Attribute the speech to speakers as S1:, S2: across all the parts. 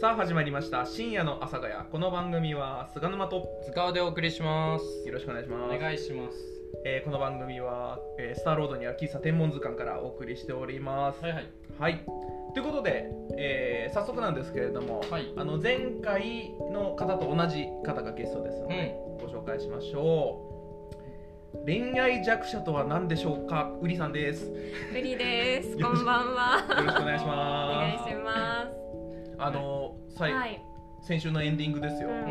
S1: さあ始まりました深夜の朝ヶ谷この番組は菅沼と
S2: 図鑑でお送りします
S1: よろしくお願いし
S2: お
S1: ます
S2: 願いします
S1: えーこの番組は、えースターロードにある喫茶天文図鑑からお送りしております
S2: はいはい
S1: はいということで、えー早速なんですけれども、
S2: はい
S1: あの前回の方と同じ方がゲストですの
S2: う
S1: で、
S2: ん
S1: ご紹介しましょう恋愛弱者とは何でしょうかうりさんですよ
S3: プリです。
S1: よ
S3: こ
S1: ろしく
S3: んばんは。
S1: ろしくお願いし
S3: お
S1: ま
S3: 願
S1: す
S3: いします。
S1: あの
S3: は
S1: 最、
S3: い、
S1: 先週のエンディングですよ、
S3: うん
S2: う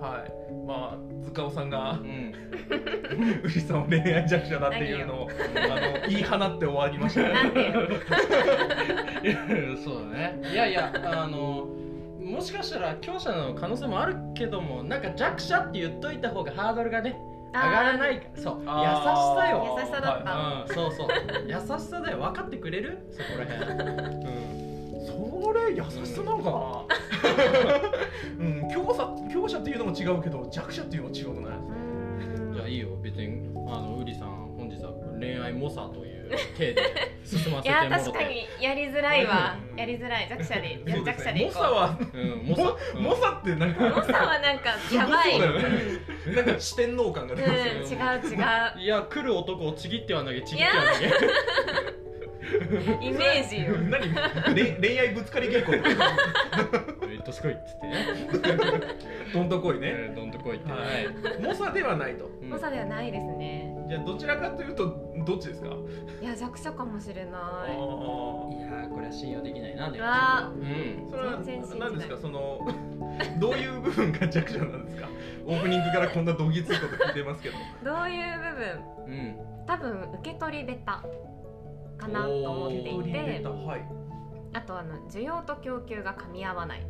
S1: はいまあ塚尾さんが
S2: んうん
S1: うりさんを恋愛弱者だっていうのをあの言い放って終わりましたね
S3: なんでよ。
S2: そうだね いやいやあのもしかしたら強者の可能性もあるけどもなんか弱者って言っといた方がハードルがね上がらないからそう優し
S1: あ
S2: さ
S1: ー
S2: よ
S3: 優しさだった
S2: うんそうそう 優しさだよ分かってくれるそこら辺うん
S1: それ優しさなのかなうん強者強者っていうのも違うけど弱者っていうのも違うくない
S3: うん
S2: じゃあいいよ別にあのウリさん本日は恋愛モサという体で進ま
S3: い
S2: せてもら
S3: や
S2: って
S3: 確かにやりづらいわ
S1: うん。
S3: やりづらい。弱者で
S1: そ
S3: 弱
S1: うです
S3: 者
S1: ね
S3: でい
S1: モ
S3: こ
S1: サは
S2: うんモ
S1: モ
S2: サ
S1: サ
S2: うん
S1: モサってなん
S3: う。モ
S1: か
S3: サはなんか
S1: すご
S3: や
S1: そう
S3: ば い。
S1: だ
S3: うん
S1: よねなんか四天王感が出
S3: 違
S1: てます
S2: ん
S1: よ
S3: う違
S2: いや来る男をちぎっては投げちぎっては投げ
S3: うイメージよ。
S1: 何れ恋愛ぶつかり稽古って
S2: えっとすごいっつってね
S1: どんとこいね
S2: えーどんとこいって
S1: は
S2: はい
S1: モサではないと
S2: うん
S3: モサではないですね。
S1: じゃあどちらかというとどっちですか
S3: いや弱者かもしれ
S1: あ
S3: な。
S1: ー
S2: いやーこれは信用できないないでも
S3: わ
S2: うん
S1: それは
S3: 全然信じない
S1: 何ですかそのどういう部分が弱者なんで すかオープニングからこんなどぎついこと聞いてますけど
S3: あ、どういう部
S2: う
S3: 分？
S2: ん
S3: 多分受け取りベタかなと思って
S2: おー受
S3: いて、
S1: はい
S3: あとあの需要と供給が噛み合わない。
S1: あ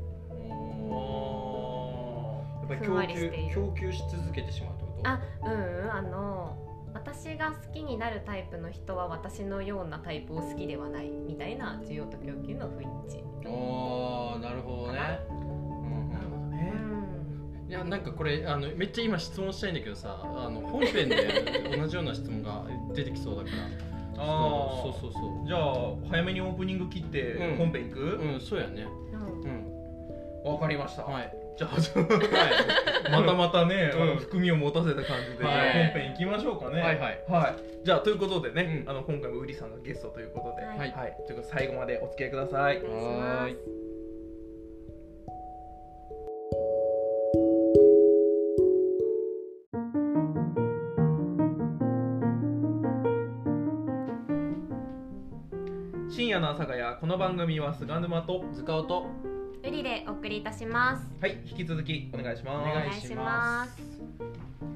S2: やっぱり
S3: ふんわり
S2: 供給
S3: している
S2: 供給し続けてしまうってこと
S3: あうんうんあの私が好きになるタイプの人は私のようなタイプを好きではないみたいな需要と供給の不一致
S2: あーなるほどねうん
S1: なるほど
S3: う
S1: ね
S3: ん
S2: うんいやなんかこれあのめっちゃ今質問したいんだけどさあの本編で同じような質問が出てきそうだから
S1: あー
S2: そうそうそ
S1: じゃあ早めにオープニング切って
S2: うん
S1: 本編行く、
S2: ううんそうやね
S3: うん
S2: うん
S1: わかりました、
S2: はい
S1: じゃあじゃあ
S2: は
S1: またまたね、
S2: うん
S1: あの含みを持たせた感じで、
S2: はい
S1: じゃあ本編行きましょうかね
S2: はいはい
S1: じゃあということでね、
S2: うん
S1: あの今回もウリさんがゲストということで、
S3: はい
S2: はい
S1: はい、ということで最後までお付き合いください
S3: お願いし
S1: 深夜の朝ヶ谷この番組は菅沼と
S2: 図鑑と
S3: ますウリでお送りいたします
S1: はい引き続きお願いします
S2: お願
S3: お
S2: い
S3: 願
S2: し
S3: い
S2: ます
S3: します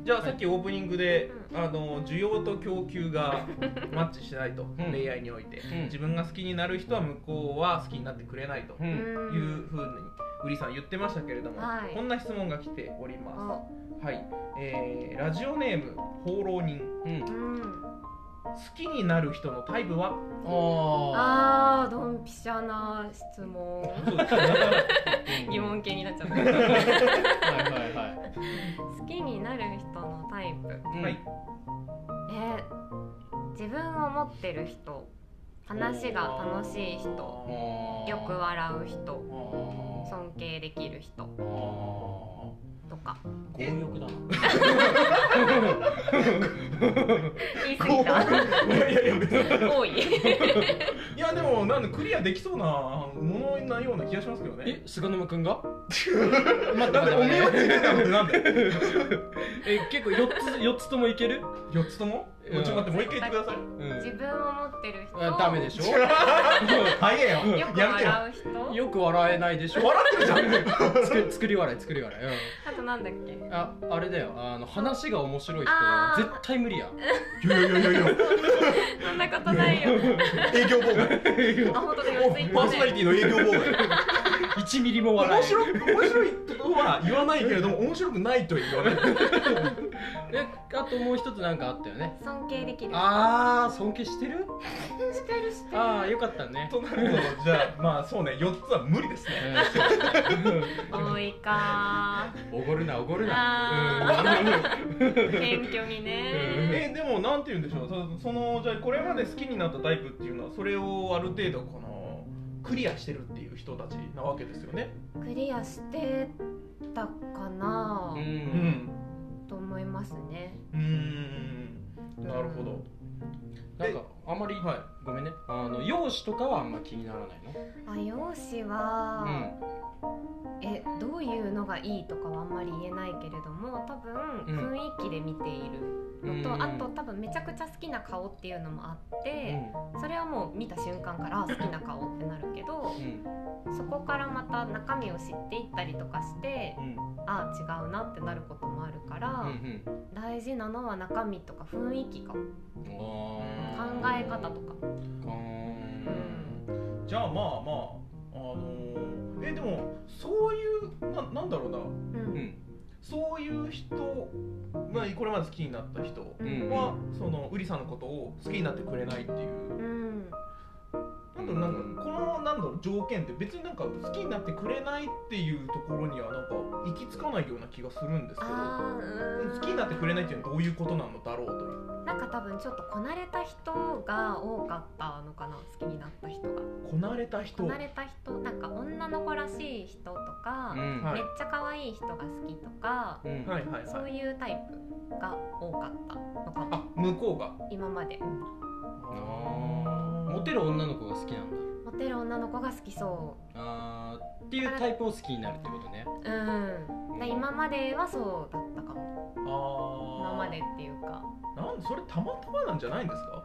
S1: じゃあさっきオープニングで、
S3: う
S1: あの需要と供給がマッチしないと、
S2: ん
S1: 恋愛において、
S2: うん
S1: 自分が好きになる人は向こうは好きになってくれないと
S2: う
S1: い
S2: ん
S1: うふうにウリさん言ってましたけれども、
S3: はい
S1: こんな質問が来ておりま
S3: お
S1: すはい、えーラジオネーム放浪人
S2: うん
S3: うん
S1: 好きになる人のタイプは
S2: あ
S3: あードンピシャな質問
S1: そうですね
S2: ー
S3: 疑問形になっちゃった
S2: はいはいはい
S3: 好きになる人のタイプ
S2: うん
S1: はい
S3: えー自分を持ってる人話が楽しい人よく笑う人尊敬できる人とか
S2: 強欲だな
S3: 言い過ぎた
S1: いやいやいや別に
S3: 多い
S1: いやでもなんでクリアできそうなものなような気がしますけどね
S2: え菅沼くんが
S1: まあだっておめえは聞いてたのってなんだよ
S2: え結構四つ四つともいける
S1: 4つともちょっと待ってもう一回言ってください
S2: うん
S3: 自分を持ってる人
S2: あダメでしょ
S1: 早えよ
S3: よく
S1: やめてよ
S3: 笑う人
S2: よく笑えないでしょ
S1: 笑ってるじゃん
S2: 作作り笑い作り笑いうん
S3: あとなんだっけ
S2: ああれだよあの話が面白い人
S3: あー
S2: 絶対無理や
S1: いやいやいやいや
S3: そんなことないよ
S1: 営業妨害
S3: あ本当だ
S1: お
S3: よつい
S1: パーソナリティの営業妨害
S2: 一ミリも笑え
S1: 面
S2: ない
S1: 白い面白いとは言わないけれども面白くないとは言わない
S2: えあともう一つなんかあったよね
S3: 尊敬できる
S2: ああ尊敬してる
S3: してるしてる
S2: ああよかったね
S1: となるとじゃあまあそうね4つは無理ですね
S3: 多いか
S2: おごるなおごるな
S3: あー謙虚にね
S1: えでもなんて言うんでしょうそそのじゃあこれまで好きになったタイプっていうのはそれをある程度このクリアしてるっていう人たちなわけですよね。
S3: クリアしてたかな
S2: う
S1: うんん、
S3: と思いますね。
S1: うん、なるほど。
S2: なんかあまり
S1: は
S2: ごめんねあの容姿とかはあんま気にならないの
S3: あ容姿は、えどういうのがいいとかはあんまり言えないけれども多
S2: うん
S3: 分雰囲気で見ている
S2: うん
S3: のと、あと多分めちゃくちゃ好きな顔っていうのもあっ
S2: うん
S3: て、それはもう見た瞬間からあ好きな顔ってなるけど
S2: うん
S3: そこからまた中身を知っていったりとかして
S2: うん
S3: あ違うなってなることもあるから、
S2: うん
S3: 大事なのは中身とか雰囲気か考
S2: うん
S3: え方とか。
S1: うん、じゃあまあまああのーえでもそういうななんだろうな
S3: う
S2: うんん
S1: そういう人まあこれまで好きになった人は、
S2: うん
S1: そのウリさんのことを好きになってくれないっていう。
S3: うん
S1: なんだろうなんかこのなんだろう条件って別になんか好きになってくれないっていうところにはなんか行き着かないような気がするんですけど
S3: あーう
S1: 好
S3: ん
S1: きになってくれないっていうのはどういうことなのだろうという
S3: なんか多分ちょっとこなれた人が多かったのかな好きになった人が
S1: こなれた人
S3: こなれた人なんか女の子らしい人とか、
S2: うん
S1: はい
S3: めっちゃ可愛い人が好きとか、
S2: うん
S1: はいはい
S3: そ
S1: は
S3: う
S1: い
S3: いうタイプが多かったのかも
S1: あ向こうが
S3: 今まで
S2: あーモテる女の子が好きなんだ
S3: モテる女の子が好きそ
S2: あーっていうタイプを好きになるってことね
S3: ううんだ今まではそうだったかも
S1: あー
S3: 今までっていうか
S1: なんそれたまたまなんじゃないんですか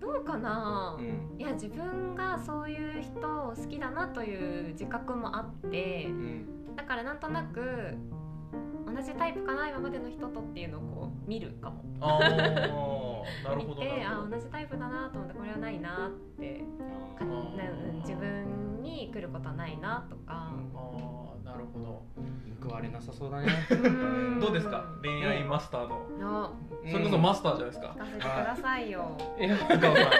S3: どうかな、
S2: うん
S3: いや自分がそういう人を好きだなという自覚もあって
S2: うん
S3: だからなんとなく同じタイプかな今までの人とっていうのをこう見るかも
S1: ああなるほ
S3: 見
S1: ど
S3: て
S1: なる
S3: あ
S1: ほど
S3: 同じタイプだなと思ってこれはないなって
S2: あ
S3: か
S2: ー
S3: な
S1: あー
S3: うん自分に来ることはないなとか
S1: あーなるほ
S2: 報われなさそうだね
S1: ど
S3: ん
S1: どうですか恋愛マスターの
S3: の
S1: それこそマスターじゃないですか
S3: 聞かせてくださいよ
S2: いや
S1: 塚尾さ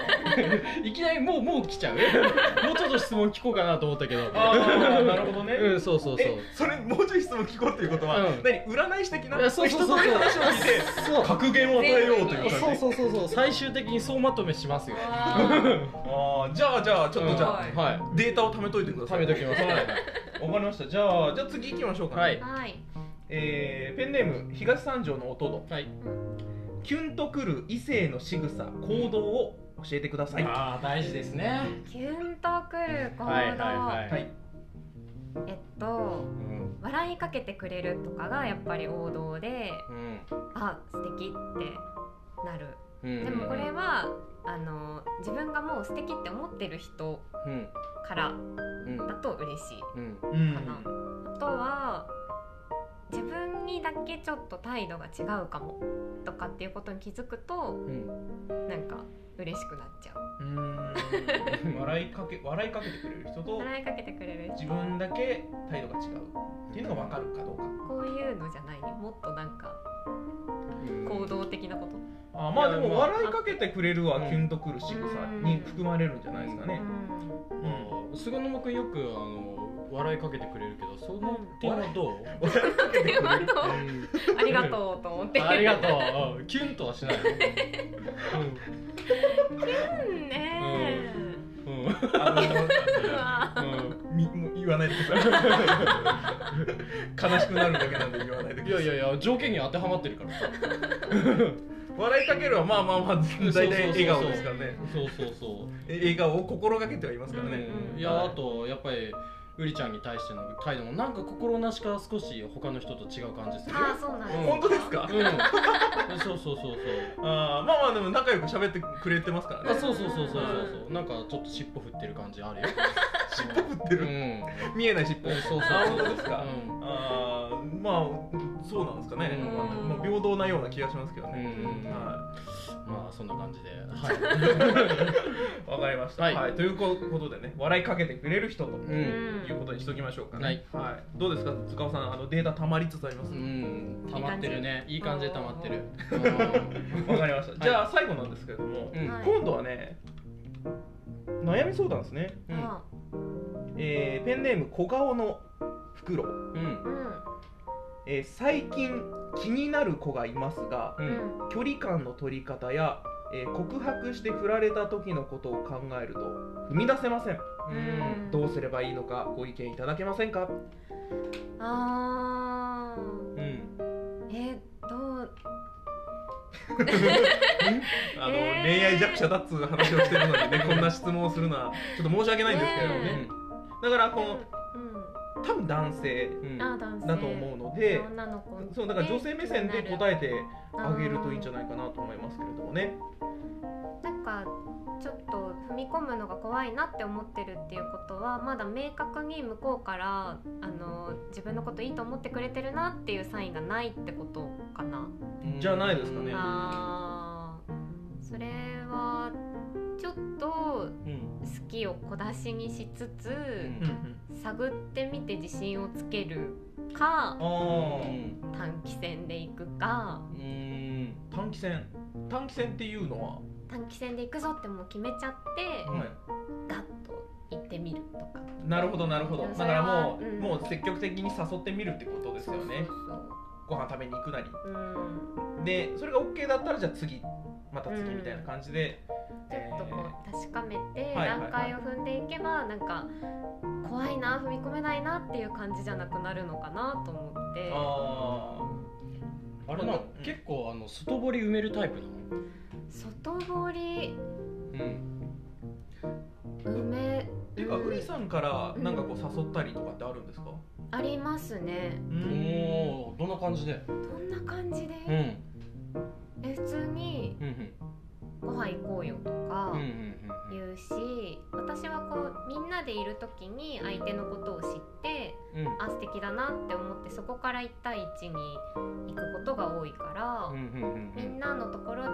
S1: ん
S2: いきなりもうもう来ちゃう もうちょっと質問聞こうかなと思ったけど
S1: ああなるほどね
S2: うんそうそうそう
S1: えそれもうちょい質問聞こうということは、
S2: うん
S1: 何占い師的ない
S2: やそうそうそう
S1: 人
S2: そう
S1: の話を聞いて
S2: そう
S1: 格言を与えようという感じ
S2: そうそうそうそう最終的に総まとめしますよ
S3: あ
S1: あーじゃあじゃあちょっとじゃあ、
S3: うん
S2: はい
S1: データを貯めといてくださ
S2: 食
S1: い
S2: べときます
S1: はいわかりましたじゃあじゃあ次行きましょうかね、
S2: はい
S3: ーはい
S1: えーペンネーム東三条のおとど
S2: はい
S1: キュンとくる異性の仕草行動を教えてください、
S2: ああ大事ですね
S3: キュンとくる行動、
S2: はいはいはい
S1: はい
S3: えっと
S2: うん
S3: 笑いかけてくれるとかがやっぱり王道で
S2: うん
S3: あ素敵ってなる
S2: うん
S3: でもこれはあの自分がもう素敵って思ってる人
S2: うん
S3: から
S2: うん
S3: だと嬉しい
S2: うん
S1: うん
S3: かなあとは自分にだけちょっと態度が違うかもとかっていうことに気づくと
S2: うん
S3: なんか嬉しくなっちゃう
S1: うーん笑いかけ笑いかけてくれる人と
S3: 笑いかけてくれる人
S1: 自分だけ態度が違うっていうのが分かるかどうか
S3: こういうのじゃないよもっとなんか
S2: うん
S3: 行動的なこと、
S1: あーまあで
S2: いやま
S1: も
S2: あ
S1: 笑いかけてくれるは
S2: うん
S1: キュンとくる仕草に含まれるんじゃないですかね、
S3: う
S1: うん
S2: うん菅沼君よくあの笑いかけてくれるけどその点はどう、
S1: 笑いかけてくれる
S3: ん、
S2: うん
S3: ありがとうと思って
S2: ありがとううんキュンとはしないよ、
S3: うんね
S2: うんうん
S1: あ
S3: う
S1: の
S3: わ
S1: みもう言わないでください 悲しくなるだけなんで言わないで
S2: うん、い
S1: くだ
S2: や
S1: さい
S2: いやいや条件に当てはまってるからさ
S1: 笑いかけるはまあまあまあ大体笑顔ですからね
S2: そうそうそ
S1: え笑顔を心がけてはいますから
S2: う、
S1: ね、
S2: うん、いやあとやっぱりうりちゃんに対しての態度もなんか心なしか少し他の人と違う感じする
S3: あーそうなんですか、
S2: うん
S1: 本当ですか、
S2: うんそうそうそうそう
S1: あーまあまあでも仲良く喋ってくれてますから
S2: あ
S1: ね
S2: そうそうそうそうそうそうなんかちょっと尻尾振ってる感じあるよ尻尾振って
S1: る
S2: うん
S1: 見えない尻尾
S2: うんそうそう
S1: あ本当ですか
S2: うん
S1: あーまあそうなんですかね、
S2: うん
S1: まあまあ平等なような気がしますけど
S2: うんう
S1: ね、
S2: んうん
S1: は
S2: まあそんな感じではい
S1: いわかりました、
S2: は
S1: はいいということでね笑いかけてくれる人と
S2: う
S1: い
S2: ん
S1: うことにしときましょうかね、
S2: はい
S1: はい、どうですか塚尾さんあのデータ溜まりつつあります
S2: う
S1: わ、
S2: ん、溜まってるね。い
S3: い
S2: い
S3: い
S2: 感じ
S3: 感じ
S2: で溜まってる。
S1: かりましたじゃあ最後なんですけれども、
S2: うん
S3: はい
S1: 今度はね悩み相談ですね、
S2: うん
S3: あ
S1: えーペンネーム小顔のフクロウ、
S2: うん
S3: う、ん
S1: えー最近気になる子がいますが
S2: う、
S3: うんん
S1: 距離感の取り方や、えー告白して振られた時のことを考えると踏み出せません
S3: うん
S1: どうすればいいのかご意見いただけませんか
S3: あ
S2: うんうん
S3: ーえどう
S1: あの、
S3: えー
S1: 恋愛弱者だっつう話をしてるのにね こんな質問をするのはちょっと申し訳ないんですけど
S2: う
S1: ね
S2: ん
S1: だからこの
S3: う
S1: 多分男性
S2: うん
S3: んあ男性
S1: だと思うので、
S3: 女の子
S1: そうだから女性目線で答
S3: え
S1: えてあげるといいんじゃないかなと思いますけれどもね。
S3: なんかちょっと踏み込むのが怖いなって思ってるっていうことはまだ明確に向こうからあの自分のこといいと思ってくれてるなっていうサインがないってことかな、
S1: じゃないですかね
S3: あーそれはちょっと
S2: うん
S3: 好きを小出しにしつつ、
S2: うん
S3: 探ってみて自信をつけるか
S1: あ
S2: う
S1: ー
S2: ん
S3: 短期戦で行くか
S2: うん
S1: 短期戦短期戦っていうのは、
S3: 短期戦で行くぞってもう決めちゃって
S2: うん
S1: はい
S3: ガッと行ってみるとか
S1: なるほどなるほど
S3: うん
S1: だからも、
S3: そうれはうん
S1: もう積極的に誘ってみるってことですよね
S3: そうそう
S1: ご飯食べに行くなり
S3: そううん
S1: でそれが OK だったらじゃあ次また次みたいな感じで、
S3: ちょっとこう確かめて
S1: はいはいは
S3: 段
S1: い
S3: 階を踏んでいけばなんか怖いな踏み込めないなっていう感じじゃなくなるのかなと思って
S1: えー、あ
S2: あれな
S1: うん
S2: 結構あの外堀埋めるタイプなの
S3: 外堀
S2: うん
S3: 埋め
S1: ーていうか
S3: うん
S1: ウリさんからなんかこう誘ったりとかってあるんですか、
S3: ありますね
S1: うーん
S2: おおどんな感じで
S3: どんな感じで、
S2: うん
S3: え普通に
S2: うんうん
S3: ご飯行こうよとか、
S2: うんうんうん
S3: 言うし私はこうみんなでいる時に相手のことを知って
S2: うん
S3: あ素敵だなって思ってそこから1対1に行くことが多いから、
S2: うんうんうんう
S3: みん
S2: ん
S3: なのところ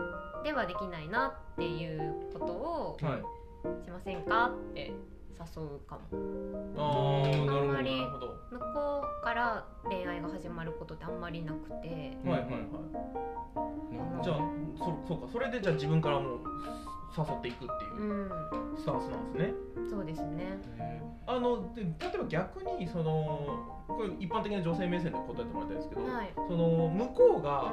S3: ではできないなっていうことを
S1: はい
S3: しませんかって誘うかも
S1: あーなるほど
S3: あんま
S1: な
S3: り
S1: るほど
S3: 向こうから恋愛が始まることってあんまりなくて
S2: うん
S1: はいはいはい
S2: なんか
S1: じゃあそそうかそれでじゃあ自分からもう誘っていくって
S3: う
S1: いうんスタンスなんですね、
S3: そうですね
S2: へ
S1: あので例えば逆にそのこれ一般的な女性目線で答えてもらいたいんですけど、
S3: はい
S1: その向こうが
S3: う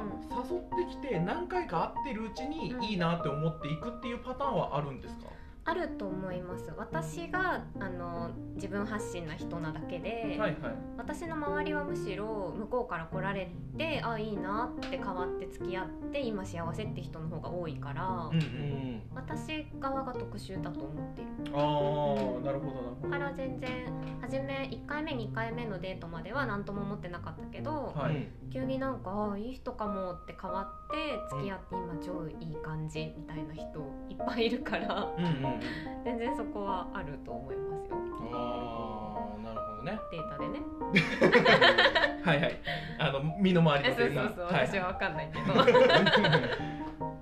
S1: 誘ってきて何回か会ってるうちに
S3: うん
S1: いいなって思っていくっていうパターンはあるんですか、
S3: あると思います私があの自分発信な人なだけで、
S1: はいはい
S3: 私の周りはむしろ向こうから来られてあいいなって変わって付き合って今幸せって人の方が多いから、
S1: うんう、
S2: えうんん
S3: 私側が特殊だと思ってる
S1: ああなるほどなるほ
S3: だから全然初め1回目2回目のデートまでは何とも思ってなかったけど、
S1: はい
S3: 急になんかあいい人かもって変わって付き合って今超いい感じみたいな人いっぱいいるから
S1: ど、うん
S2: うんうん
S3: 全然そこはあると思いますよ
S2: ああなるほどね
S3: データでね
S1: はいはいあの身の回り
S3: え
S1: の
S3: そう
S1: デ
S3: そう
S1: ータ
S3: そう、
S1: はい
S3: 私は分かんないけど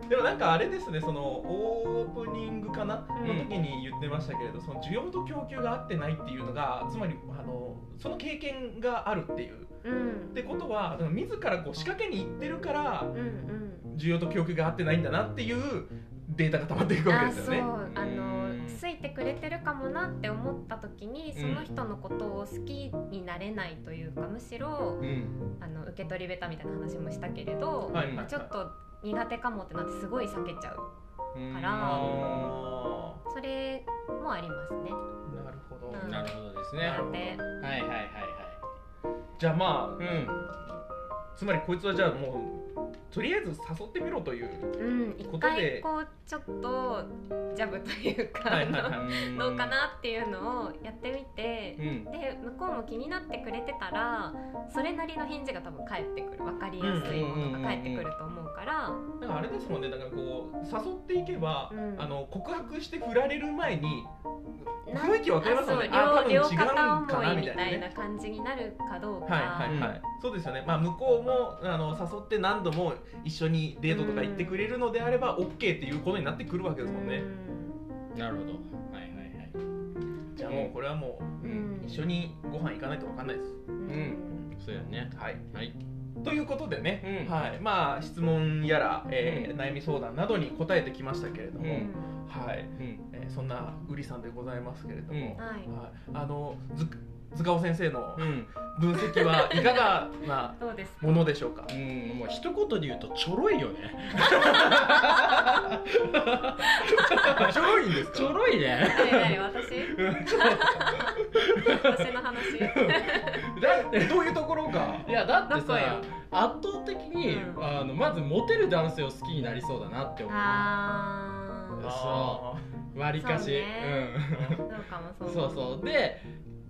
S1: でもなんかあれですねそのオープニングかな、
S3: うん
S1: の時に言ってましたけれどその需要と供給が合ってないっていうのがつまりあのその経験があるっていう
S3: うん
S1: ってことはその自らこう仕掛けに行ってるから
S3: うんうん
S1: 需要と供給が合ってないんだなっていうデータが溜まっていくわけですよね
S3: あ。そうあの
S2: うん
S3: 好いてくれてるかもなって思った時に
S2: うん
S3: その人のことを好きになれないというかむし ろ
S2: うん
S3: あの受け取り下手みたいな話もしたけれど、
S1: はいはい
S3: まあちょっと苦手かもってなってすごい避けちゃうから
S2: あ
S1: あ
S3: それもありますね
S1: ーなるほど、
S2: ーなるほどですね
S1: なる
S2: は
S1: ほど
S3: で
S2: いはいはいはい
S1: じゃあまあ
S2: うん
S1: つまりこいつはじゃあもうとりあえず誘ってみろという
S3: うん
S1: という
S3: 一
S1: ことで
S3: 回こうちょっとジャブというか、
S1: はいはいは
S3: あのどうかなっていうのをやってみて
S2: う、ん
S3: で向こうも気になってくれてたらそれなりの返事が多分返ってくる分かりやすいものが返ってくると思うから、
S1: なんかあれですもんねだからこう誘っていけば、
S3: うん
S1: あの告白して振られる前に
S3: な
S1: 雰囲気わかりますよねあ
S3: あ
S1: 多
S3: そう
S1: 分
S3: 両
S1: 違うん
S3: 両片
S1: かな
S3: 思い
S1: み
S3: み
S1: たいな
S3: たいな
S1: ね
S3: 感じになるかどうか、
S1: はいはいはい、そうですよねまあ向こうもあの誘って何度も一緒にデートとか行ってくれるのであれば OK っていうことになってくるわけですもんね、
S2: なるほどはいはいはい
S1: じゃあもうこれはも
S2: う
S3: うんん
S1: う一緒にご飯行かないとわかんないです
S3: うんん
S2: そうやね
S1: はい
S2: はい
S1: ということでね、
S2: うん
S1: はいまあ質問やら、えー悩み相談などに答えてきましたけれども、
S2: うん
S1: はい、
S2: うん
S1: えーそんなうりさんでございますけれども、
S2: うん
S3: はい
S1: はい、あのず塚尾先生の
S2: うん
S1: 分析はいかがな
S3: どうですか
S1: ものでしょうか
S2: うんもう一言で言うと ちょろいよね
S1: ちょろいんです
S2: ちょ
S1: か
S2: ろいね
S3: 何何私私の話
S2: だって
S1: どういうところが
S2: いやだって
S3: どこ
S2: さ
S3: よ
S2: 圧倒的に、
S3: うん
S2: あのまずモテる男性を好きになりそうだなって思う
S3: あー
S1: あ
S2: わりかし
S3: そ
S2: う,、
S3: うね
S1: ー
S3: そうかも
S2: ん
S3: そうかも
S2: そうそうで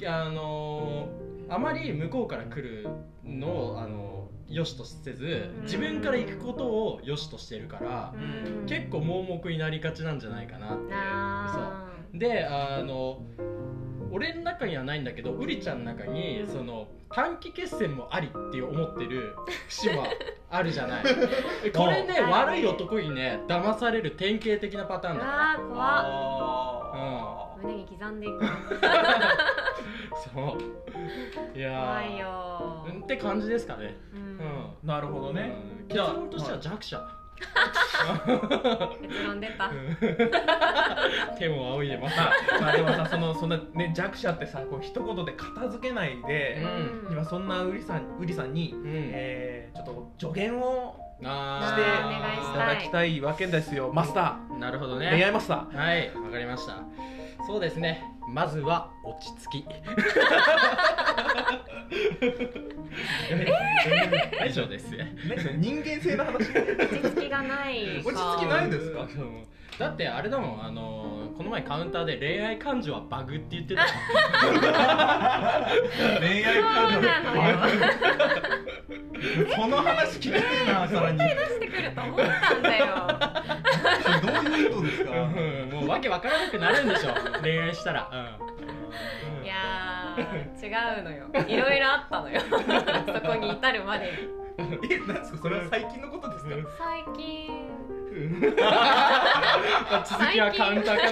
S2: あのーあまり向こうから来るのをあのよしとせず
S3: うん
S2: 自分から行くことをよしとしてるから
S3: う、
S1: うん
S2: 結構盲目になりがちなんじゃないかなってそう
S3: あ
S2: であの俺の中にはないんだけどウリちゃんの中に、
S3: うん
S2: その短期決戦もありって思ってる節はあるじ ゃないこれね
S3: うん
S2: 悪い男にね騙される典型的なパターン
S3: ー
S2: だか
S3: あー怖っ
S1: あ
S3: 胸に刻んでいくの
S2: ら そういやー
S3: 怖いよー
S2: って感じですかね
S3: う
S2: うんん、
S1: ーなるほどね
S2: う
S1: じ
S2: ん結
S1: ゃあ
S2: 論としては弱者、
S3: 結論出た
S2: 手も仰いでます
S1: まあ、まあでもさそのそんな、ね、弱者ってさこう一言で片付けないで、
S2: ん
S1: 今そんなウリさんウリさんに、
S2: うん、
S1: えーちょっと助言を
S2: あ
S1: い
S3: あーお
S1: た
S3: 願
S1: だきたいわけですよマスタ
S2: いなるほど
S1: ー、
S2: ね
S1: 恋愛マスター
S2: はい、わかりました。そうですね。まずは落ち着き。以上です。
S1: 何それ人間性の話
S3: 落ち着きがない
S1: 落
S3: か
S1: ち着きないですか
S2: そうだってあれだもん、あのこの前カウンターで恋愛感情はバグって言ってた。
S1: 恋
S3: そうなのよ
S1: その話聞きたいなさらに
S3: 出してくると思ったんだよ
S1: どういう意図ですか
S2: うんもうわけわからなくなるんでしょ。恋愛したら。うん
S3: いやー違うのよいろいろあったのよそこに至るまでに
S1: え何ですかそれは最近のことですか
S3: 最近
S2: まあ続きはカウンターか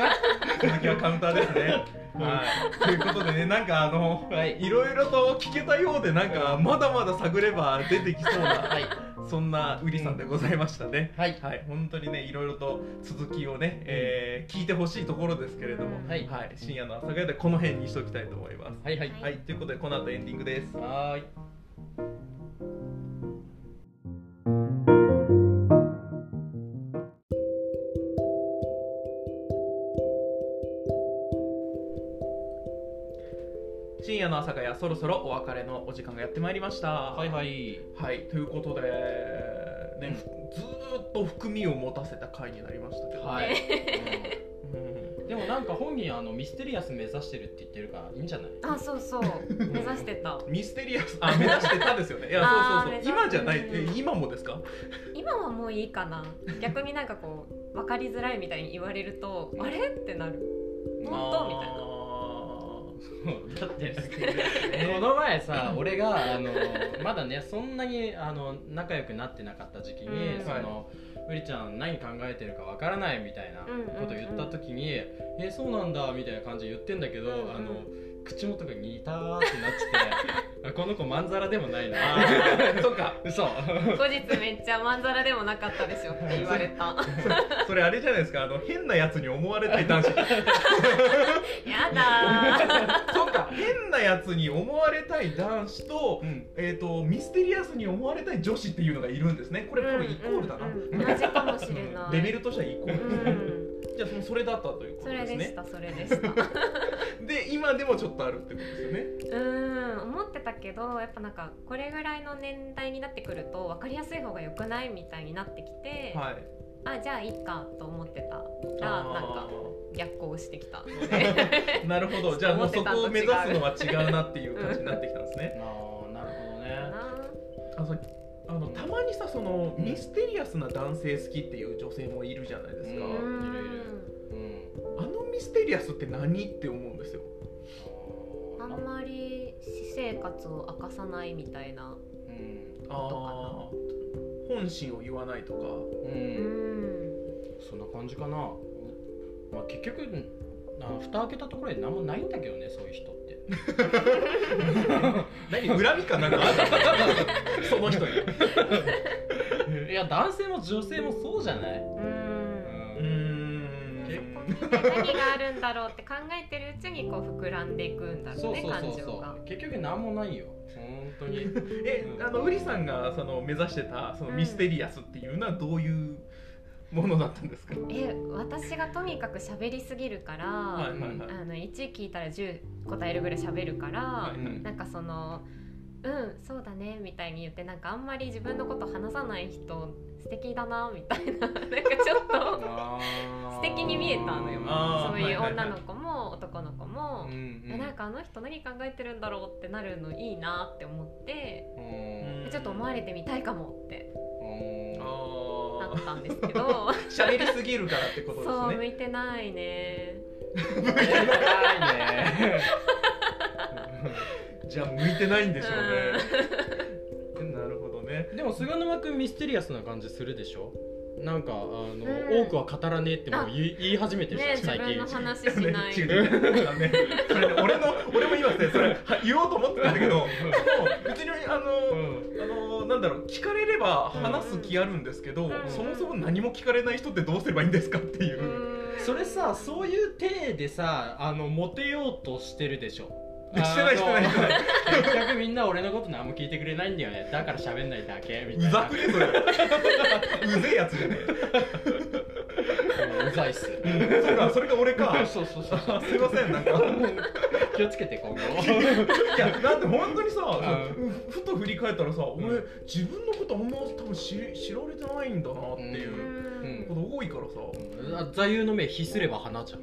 S1: 続きはカウンターですねはいということでねなんかあの
S2: な。はい。
S1: いろいろと聞けたようでなんかまだまだ探れば出てきそうな
S2: はい。
S1: そんなウリさんでございましたね
S2: はい。
S1: はい本当にねいろいろと続きをね、えー聞いてほしいところですけれども、
S2: はい
S1: はい、深夜の朝会でこの辺にしておきたいと思います
S2: はいはい。
S1: はい、ということでこの後エンディングです。
S2: はーい。
S1: 深夜の朝がやそろそろお別れのお時間がやってまいりました。は
S2: はいはい。
S1: はい、ということで、ね、ずーっと含みを持たせた回になりましたけど、
S2: はい。うん
S1: うん
S2: でもなんか本人あのミステリアス目指してるって言ってるからいいんじゃない
S3: あそうそう目指してた
S1: ミステリアスあ目指してたですよ ね。いや
S3: あ
S1: そうそ
S3: ー
S1: う
S3: 目
S1: そう。
S3: 指
S1: 今じゃないえ
S3: うん
S1: 今もですか？
S3: 今はもういいかな逆になんかこう分かりづらいみたいに言われるとあれってなる本当みたいな
S2: だって この前さ俺があのまだねそんなにあの仲良くなってなかった時期に、
S3: うん
S2: そのうりちゃん何考えてるかわからないみたいなこと言った時に、えそうなんだみたいな感じで言ってんだけど、
S3: うんうん
S2: あの口元が似たーってなって てあこの子まんざらでもないな
S1: あーそっか。
S2: 嘘
S3: 後日めっちゃまんざらでもなかったでしょって言われた
S1: それあれじゃないですか。あの変なやつに思われたい男子。
S3: やだ
S1: そっか。変なやつに思われたい男子と
S2: うん
S1: えー、とミステリアスに思われたい女子っていうのがいるんですねこれ多分イコールだな、
S3: うんうんうん同じかもしれない
S1: レベルとしてはイコールですね、
S3: うん
S1: じゃあそのそれだったというこ
S3: そ
S1: と
S3: れ
S1: です
S3: でし
S1: ね
S3: たそれでした
S1: で今でもちょっとあるってことですよね
S3: うん思ってたけどやっぱなんかこれぐらいの年代になってくると分かりやすい方が良くないみたいになってきて、
S1: はい
S3: あじゃあいいかと思ってたらなんか逆行してきたので
S1: ーなるほ どじゃあもうそこを目指すのは違うなっていう感じになってきたんですね
S2: あーなるほどね
S1: あそうあのたまにさそのミステリアスな男性好きっていう女性もいるじゃないですか、
S2: う
S3: うんん
S2: いるいうん
S1: あのミステリアスって何って思うんですよ
S3: あんまり私生活を明かさないみたいな
S2: うん、
S1: あー本心を言わないとか
S2: う、
S3: うんん
S2: そんな感じかな、まあ、結局あの蓋開けたところで何もないんだけどねそういう人 って
S1: 何恨みかなんかあったその 人に
S2: いや男性も女性もそうじゃない、
S3: うん
S1: うーん
S2: 結
S3: そこに、ね、何があるんだろうって考えてるうちにこう膨らんでいくんだろうね感情が。
S2: 結局何もないよ本当に
S1: えあのウリさんがその目指してたそのミステリアスっていうのはどういうものだったんですか、
S3: え私がとにかく喋りすぎるから、
S1: はいはいはい
S3: あの1聞いたら10答えるぐらい喋るから、
S1: はいはい
S3: なんかその「うんそうだね」みたいに言ってなんかあんまり自分のこと話さない人素敵だなみたいななんかちょっ と素
S2: 素
S3: 敵に見えたのよ
S1: あー
S3: そうい
S1: はい
S3: う
S1: はい
S3: 女
S1: はい
S3: の子も男の子も、えなんかあの人何考えてるんだろうってなるのいいなって思って
S1: うん
S3: ちょっと思われてみたいかもってな
S1: あ
S3: ったんですけど
S1: あ喋りすぎるからってことですね
S3: そう向いてないね
S1: じゃあ向いてないんでしょうね。 なるほどね。
S2: でも菅沼君ミステリアスな感じするでしょなんかあの、
S3: ん
S2: 多くは語らねえってもう言い言い始めてるじ
S3: ね
S2: ゃん
S3: 自
S2: 最
S3: 分の
S2: 近
S3: 話しない
S1: 違う違うあのねそれね俺の俺も今ねそれは言おうと思ってたんだけど、その別にあ
S2: う
S1: の。
S2: ん
S1: あのなんだろう聞かれれば話す気あるんですけど、
S3: うん
S1: そもそも何も聞かれない人ってどうすればいいんですかっていうう、
S3: ーん
S2: それさそういう体でさあのモテようとしてるでしょ
S1: してないしてないしてない
S2: あの結局みんな俺のこと何も聞いてくれないんだよねだから喋んないだけみた
S1: う
S2: いな
S1: ざくねそれうぜえやつじゃね
S2: うんうざいっす
S1: え、うん、それかそれか俺か
S2: そうそうそうそう
S1: あすいませんなんか
S2: 気をつけて今後
S1: いやだって本当にさ、そううふふと振り返ったらさ、
S2: ん
S1: 俺自分のことあんま多分知り知られてないんだなっていうう
S3: ーん
S1: こと多いからさ、
S2: あ 座右の銘比すれば花じゃん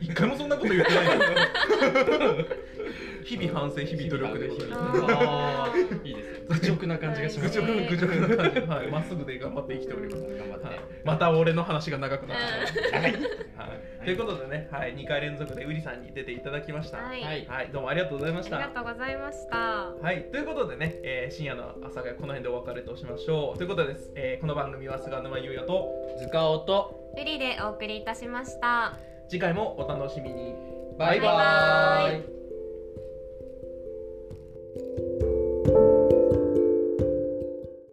S1: 一回もそんなこと言ってないんだよ日々反省日々努力で
S2: 日
S1: 日
S2: 々
S1: 々
S2: 努力あ
S3: あー
S2: ーいいですね愚直な感じがしま
S1: 愚
S2: す
S1: 直
S2: 頑
S1: な愚直な感じはいまっすぐで頑張って生きております、
S2: 張って、
S1: は
S2: はいい、
S1: また俺の話が長くなってしまう
S2: はい
S1: はい、ということでね、はい、2回連続でウリさんに出ていただきました、
S3: は
S2: はいい
S1: はい、どうもありがとうございま
S3: あ
S1: し
S3: り
S1: た
S3: がとうございました
S1: はい、ということでね、えー深夜の朝がこの辺でお別れとしましょう。ということです、えーこの番組は菅沼優也と、
S2: 塚尾と
S3: ウリでお送りいたしました
S1: 次回もお楽しみに。
S2: バイバ
S3: バイバーイ